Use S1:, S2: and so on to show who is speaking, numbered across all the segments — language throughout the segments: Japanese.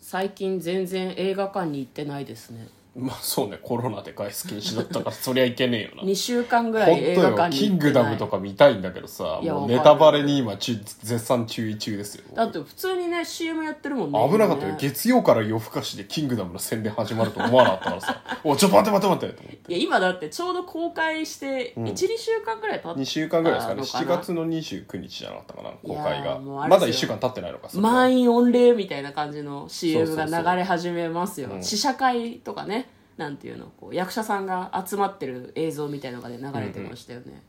S1: 最近全然映画館に行ってないですね
S2: まあそうねコロナで外出禁止だったからそりゃいけねえよな
S1: 2週間ぐら
S2: 本
S1: い映画
S2: 当よ
S1: 館に
S2: キ
S1: 行って
S2: ング
S1: ない
S2: ダムとか見たいんだけどさ
S1: いや
S2: もう
S1: わか
S2: ネ
S1: る
S2: タバレに今ちゅ絶賛注意中ですよ
S1: だって普通にね CM やってるもんね
S2: 危なかった
S1: 今
S2: よ
S1: ね
S2: 月曜から夜更かしで「キングダム」の宣伝始まると思わなかったから さ「おいちょっと待って待って待って」と思って
S1: いや今だってちょうど公開して
S2: うん
S1: 12、2週間ぐらい経っ
S2: 2週間ぐらいですかね
S1: あ
S2: 7
S1: のかな
S2: 月の29日じゃなかったかな公
S1: い
S2: 開
S1: や
S2: が
S1: ーもうあれ
S2: ま
S1: ですよ
S2: だ1週間経ってないのかそれは
S1: 満員御礼みたいな感じの CM が
S2: そうそうそう
S1: 流れ始めますよ
S2: うん
S1: 試写会とかねなんていうのこう役者さんが集まってる映像みたいのがね流れてましたよね、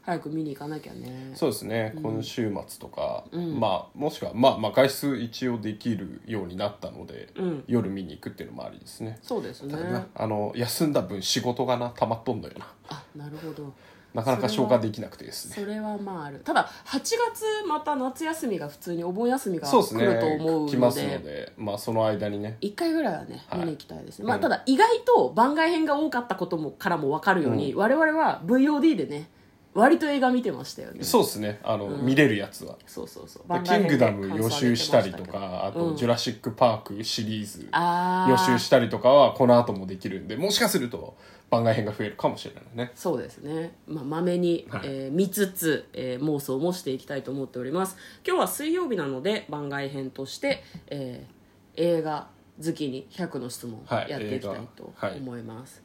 S1: 早く見に行かなきゃね
S2: そうですね、今週末とか、
S1: うん
S2: まあもしくはまあまあ外出一応できるようになったので、
S1: うん
S2: 夜見に行くっていうのもありですね
S1: そうですね
S2: ただなあの休んだ分仕事がな溜まっとんのよな
S1: あなるほど
S2: なかなか消化できなくてですね
S1: それはまああるただ8月また夏休みが普通にお盆休みが
S2: そう
S1: 来
S2: です
S1: ると思う
S2: ね来
S1: の
S2: ますの
S1: で
S2: でまあその間にね
S1: 1回ぐらいはね
S2: はい
S1: 見に行きたいですね、
S2: うん
S1: まあ、ただ意外と番外編が多かったこともからも分かるように、我々は VOD でね割と映画見てましたよね
S2: そうですねあの、
S1: うん
S2: 見れるやつは
S1: そうそうそう
S2: で
S1: 番
S2: キ
S1: 外
S2: ン
S1: 編
S2: グ
S1: で
S2: ダム予習したりと
S1: 感想は
S2: かあ
S1: 出てましたけど
S2: と「ジュラシック・パーク」シリーズ
S1: あー
S2: 予習したりとかはこの後もできるんでもしかすると番外編が増えるかもしれないね
S1: そうですねまあまめに、
S2: はい
S1: えー見つつ、えー妄想もしていきたいと思っております今日は水曜日なので番外編として、えー映画好きに100の質問
S2: はい
S1: やっていきたいと
S2: 映画はい
S1: 思います、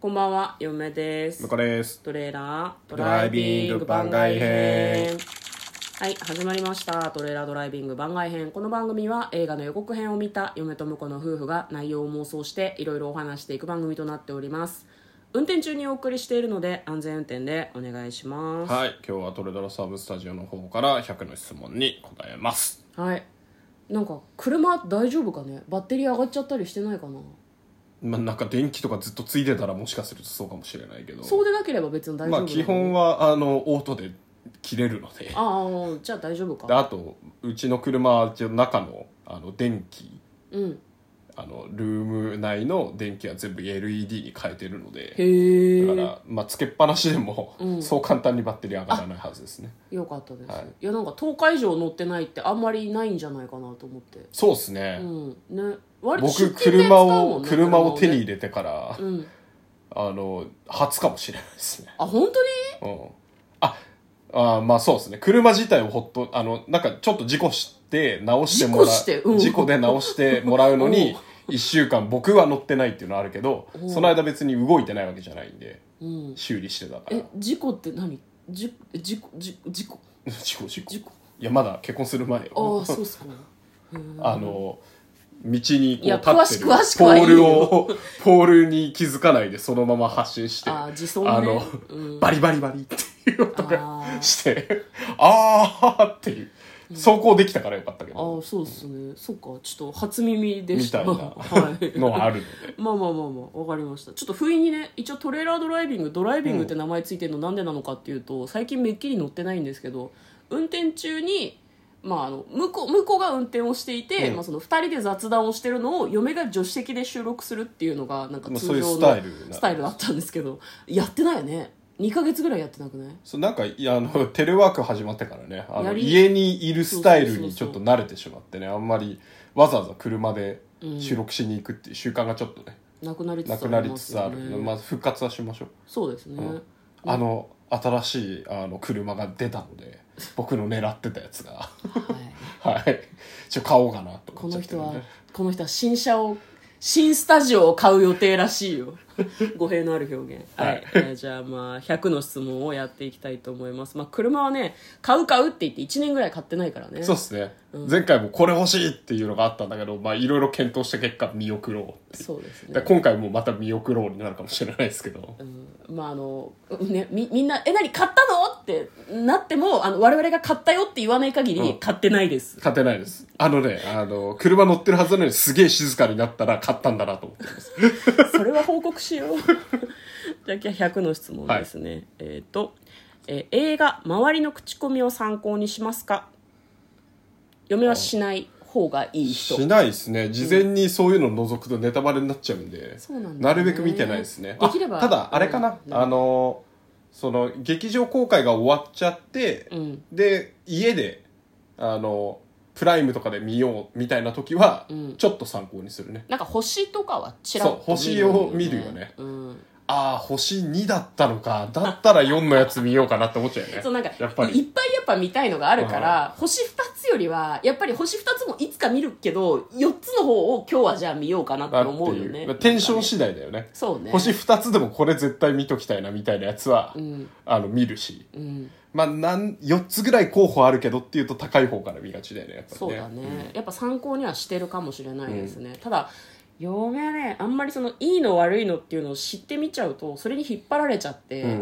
S1: こんばんは嫁です
S2: 向こうです
S1: トレーラード
S2: ライビング番外編
S1: はい始まりましたトレーラードライビング番外編この番組は映画の予告編を見た嫁と婿の夫婦が内容を妄想していろいろお話していく番組となっております運転中にお送りしているので安全運転でお願いします
S2: はい今日はトレドラサーブスタジオの方から100の質問に答えます
S1: はい、なんか車大丈夫かねバッテリー上がっちゃったりしてないかな
S2: まあなんか電気とかずっとついてたらもしかするとそうかもしれないけど
S1: そうでなければ別に大丈夫
S2: まあ
S1: なの
S2: 基本はあのオートで切れるので
S1: ああああじゃあ大丈夫
S2: で
S1: か
S2: あとうちの車は一応中のあの電気
S1: うん
S2: あのルーム内の電気は全部 LED に変えてるので
S1: へえ
S2: だから、まあ、つけっぱなしでも、
S1: うん
S2: そう簡単にバッテリー上がらないはずですね
S1: よかったです、
S2: はい
S1: い、やなんか10日以上乗ってないってあんまりないんじゃないかなと思って
S2: そうですね、
S1: うんね割と出勤で
S2: 僕
S1: 使
S2: 車
S1: うも
S2: を
S1: んね
S2: 車を手に入
S1: ね
S2: れてから、
S1: うん
S2: あの初かもしれないですね
S1: あ本当に
S2: うんああまあそうですね車自体をほっとあのなんかちょっと事故して直してもらう
S1: 事故してうん
S2: 事故で直してもらうの に1週間僕は乗ってないっていうのはあるけど
S1: うん
S2: その間別に動いてないわけじゃないんで
S1: うん
S2: 修理してたから
S1: え事故って何じ事故事故事故
S2: 事故事故
S1: 事
S2: い
S1: 故
S2: やまだ結婚する前
S1: あ
S2: よ
S1: あそうっすかへー
S2: あの道にこう
S1: い
S2: 立
S1: や
S2: ってる
S1: 詳しく詳しく
S2: ポ
S1: はいい
S2: ー
S1: よ
S2: ルをポールに気づかないでそのまま発進して
S1: あー自尊ね
S2: あの
S1: うん
S2: バリバリバリっていう音
S1: あ
S2: が
S1: ー
S2: してあーっていう走行できたからよかったけ
S1: あ
S2: ど
S1: あそうっすねそっかちょっと初耳でした
S2: みたいな
S1: はい
S2: のはあるので
S1: まあまあまあまあわかりましたちょっと不意にね一応トレーラードライビングドライビングって名前ついてるのなんでなのかっていうと最近めっきり乗ってないんですけど運転中に、まあ、あの向こう向こうが運転をしていて、
S2: うん
S1: まあ、その2人で雑談をしてるのを嫁が助手席で収録するっていうのがなんか
S2: まあ
S1: 通
S2: そう
S1: 常
S2: いう
S1: の
S2: スタイルなんです
S1: スタイルだったんですけどやってないよね2ヶ月ぐらいやってなくない
S2: そうなんかいやあの テレワーク始まってからねあ
S1: や
S2: の
S1: り
S2: 家にいるスタイルにちょっと慣れてしまってねあんまりわざわざ車で収録しに行くっていう習慣がちょっとね
S1: なくなりつつ
S2: なくなりつつあるのでまあ復活はしましょう
S1: そうですね、
S2: うんあの新しいあの車が出たの で僕の狙ってたやつが
S1: はい
S2: はいちょ買おうかなと
S1: こ
S2: 思っちゃ
S1: の
S2: っ
S1: 人
S2: てるね
S1: は、この人は新車を新スタジオを買う予定らしい よ語弊のある表現はい、
S2: はい
S1: えーじゃあまあ100の質問をやっていきたいと思いますまあ車はね買う買うって言って1年ぐらい買ってないからね
S2: そうですね、前回もこれ欲しいっていうのがあったんだけどまあいろいろ検討した結果見送ろうっていう
S1: そうです
S2: だ
S1: ね
S2: から今回もまた見送ろうになるかもしれないですけど、
S1: うんまああのね、みみんな「え何買ったの?」ってなってもあの我々が買ったよって言わない限
S2: うん
S1: り買ってないです、
S2: 勝てないですあのねあの車乗ってるはずなのにすげえ静かになったら買ったんだなと思ってます
S1: それは報告しよう じゃあ今日100の質問ですね、えっ、と、えー映画「周りの口コミを参考にしますか?」嫁はしない方がいい人
S2: しないですね事前にそういうの覗くとネタバレになっちゃうんで、
S1: そうなんだ
S2: な
S1: よね
S2: るべく見てないですね
S1: できれば
S2: あただあれかな、
S1: うん
S2: あのその劇場公開が終わっちゃって、
S1: うん
S2: で家であのプライムとかで見ようみたいな時は
S1: うん
S2: ちょっと参考にするね、
S1: なんか星とかはちらっと
S2: そう星を見るよね
S1: うん、
S2: ああ星2だったのかだったら4のやつ見ようかなって思っちゃうよ ね
S1: そうなんか
S2: やっぱ
S1: いっ
S2: り
S1: ぱいやっぱ見たいのがあるから、星2つよりはやっぱり星2つもいつか見るけど4つの方を今日はじゃあ見ようかなって
S2: な
S1: 思
S2: っ
S1: う
S2: て
S1: よ
S2: い
S1: ね
S2: うテンション
S1: し
S2: 次第だよね
S1: そうね
S2: 星2つでもこれ絶対見ときたいなみたいなやつは、
S1: ん
S2: あの見るし、
S1: うん
S2: まあ、なん4つぐらい候補あるけどっていうと高い方から見がちだよねやっぱりね
S1: そうだね、やっぱ参考にはしてるかもしれないですね、ただ嫁はねあんまりそのいいの悪いのっていうのを知ってみちゃうとそれに引っ張られちゃって、
S2: うんうん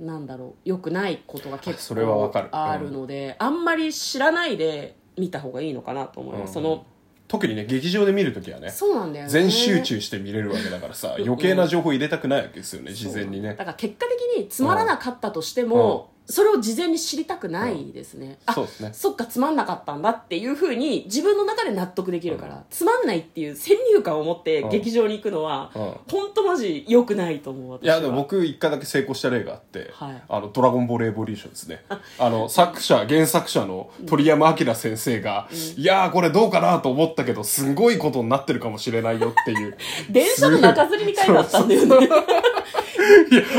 S2: うん
S1: なんだろう良くないことが
S2: あ
S1: 結
S2: それはわ
S1: 構
S2: かるうん
S1: あるのであんまり知らないで見た方がいいのかなと思います、
S2: うん
S1: その
S2: 特にね劇場で見るときはね
S1: そうなんだよね
S2: 全集中して見れるわけだからさ余計な情報入れたくないわけですよね事前に
S1: そう
S2: ね
S1: だから結果的につまらなかったとしても、それを事前に知りたくないですね、あ
S2: そうですね
S1: そっかつまんなかったんだっていうふうに自分の中で納得できるから、つまんないっていう先入観を持って
S2: うん
S1: 劇場に行くのは、
S2: うん
S1: 本当マジ良くないと思う私
S2: い
S1: は
S2: やでも僕一回だけ成功した例があって「
S1: はい
S2: あのドラゴンボールエボリューション」です ねあの作者原作者の鳥山明先生が「いやーこれどうかな?」と思ったけどすごいことになってるかもしれないよっていう
S1: 電車の中吊りみたいだったんだよね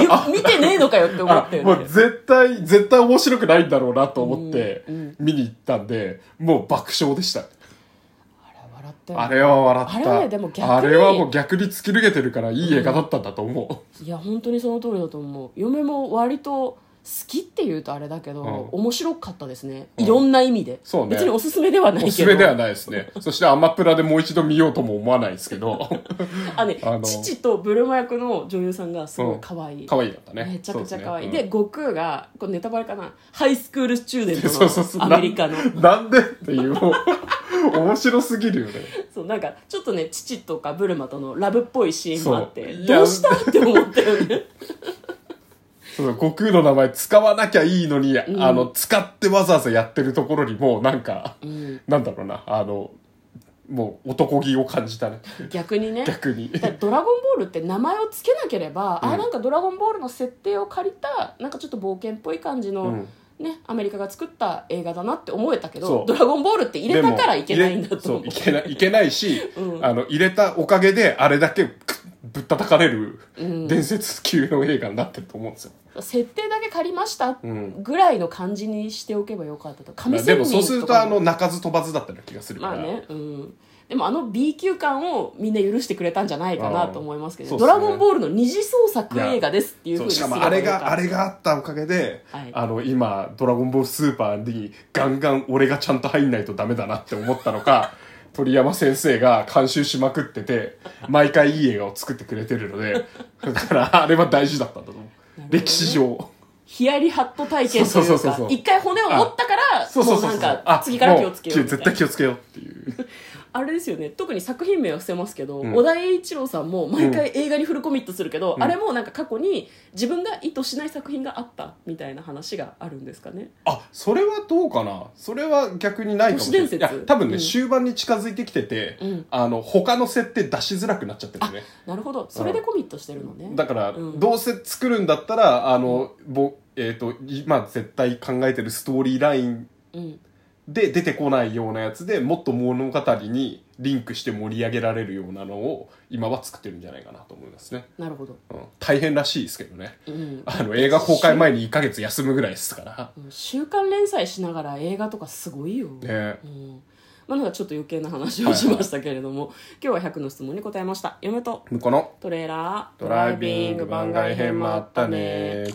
S1: よ見てねえのかよって思
S2: あ
S1: ったよ
S2: もう
S1: ね
S2: 絶対絶対面白くないんだろうなと思って
S1: うんう
S2: 見に行ったんでもう爆笑でした
S1: あれ笑ったよね
S2: あれは笑った
S1: あれはねでも逆に
S2: あれはもう逆に突き抜けてるからいい映画だったんだと思う、
S1: いや本当にその通りだと思う嫁も割と好きっていうとあれだけど、
S2: う
S1: 面白かったですね
S2: うん
S1: いろんな意味で、
S2: そうね
S1: 別におすすめではないけど
S2: おすすめではないですね。そしてアマプラでもう一度見ようとも思わないですけど、
S1: あね
S2: あの
S1: 父とブルマ役の女優さんがすごい可愛い、
S2: 可愛いだったね。
S1: めちゃくちゃ可愛い
S2: そう
S1: で,、
S2: すね
S1: 悟空がこれネタバレかなハイスクールスチューデン
S2: そうそう
S1: ト
S2: そう
S1: のアメリカの
S2: うんなんでっていう、もう面白すぎるよね。
S1: そうなんかちょっとね父とかブルマとのラブっぽいシーンもあって
S2: そう
S1: どうしたって思ったよね
S2: その悟空の名前使わなきゃいいのに、あの、使ってわざわざやってるところに もうなんか、なんだろうな、あの、もう男気を感じた ね。
S1: 逆にね
S2: 逆に。
S1: だからドラゴンボールって名前を付けなければ、あなんかドラゴンボールの設定を借りたなんかちょっと冒険っぽい感じの、
S2: うん
S1: ね、アメリカが作った映画だなって思えたけ
S2: そ
S1: ど
S2: う
S1: ドラゴンボールって入れたからいけないんだと思
S2: そうう、いけない、いけないし、
S1: うん
S2: あの、入れたおかげで、あれだけくぶったたかれる、
S1: うん
S2: 伝説級の映画になってると思うんですよ。
S1: 設定だけ借りました
S2: うん
S1: ぐらいの感じにしておけばよかったと
S2: ま
S1: 神
S2: あで
S1: 仙
S2: も、そうす
S1: 人
S2: る
S1: と
S2: と、あ
S1: か
S2: の、
S1: も
S2: 鳴かず飛ばずだったような気がするか
S1: ま
S2: ら。
S1: あね、うん、でもあの B 級感をみんな許してくれたんじゃないかなと思いますけど、
S2: うん
S1: ドラゴンボールの二次創作映画ですっていうふ
S2: そうう
S1: に
S2: し
S1: す
S2: か
S1: れば
S2: もあれ
S1: よかっ
S2: が
S1: た
S2: あれがあったおかげで、
S1: はい
S2: あの今「ドラゴンボールスーパー」にガンガン俺がちゃんと入んないとダメだなって思った のか鳥山先生が監修しまくってて毎回いい映画を作ってくれてるのでだからあれは大事だったんだと思
S1: ほど
S2: う、
S1: ね
S2: 歴史上
S1: ヒヤリハット体験と
S2: そう
S1: い
S2: そう
S1: う
S2: そう
S1: か
S2: そう
S1: 一回骨を折ったから
S2: そうそうそ
S1: も
S2: うそうう
S1: なん
S2: あ
S1: か次から気をつけよう
S2: も
S1: み
S2: う
S1: たい
S2: 絶
S1: な
S2: 対気をつけようっていう
S1: あれですよね特に作品名は伏せますけど、
S2: ん
S1: 小田栄一郎さんも毎回映画にフルコミットするけど、あれもなんか過去に自分が意図しない作品があったみたいな話があるんですかね
S2: あそれはどうかなそれは逆にないかもしれな
S1: 都
S2: い
S1: 市伝
S2: い
S1: 説
S2: や多分ね、
S1: うん
S2: 終盤に近づいてきてて、
S1: うん
S2: あの他の設定出しづらくなっちゃってるね
S1: なるほどそれでコミットしてるのね、
S2: だから、
S1: うん
S2: どうせ作るんだったらあの、ぼえー、と今絶対考えてるストーリーライン
S1: うん、
S2: で出てこないようなやつでもっと物語にリンクして盛り上げられるようなのを今は作ってるんじゃないかなと思いますね、
S1: なるほど、
S2: うん、大変らしいですけどね
S1: うん、
S2: あの映画公開前に1ヶ月休むぐらいですから
S1: うん週刊連載しながら映画とかすごいよ、
S2: ね
S1: うんまあ、なんかちょっと余計な話をしましたけれども、今日は100の質問に答えました嫁と
S2: 向こうの
S1: トレーラー
S2: ドライビング番外編もあったね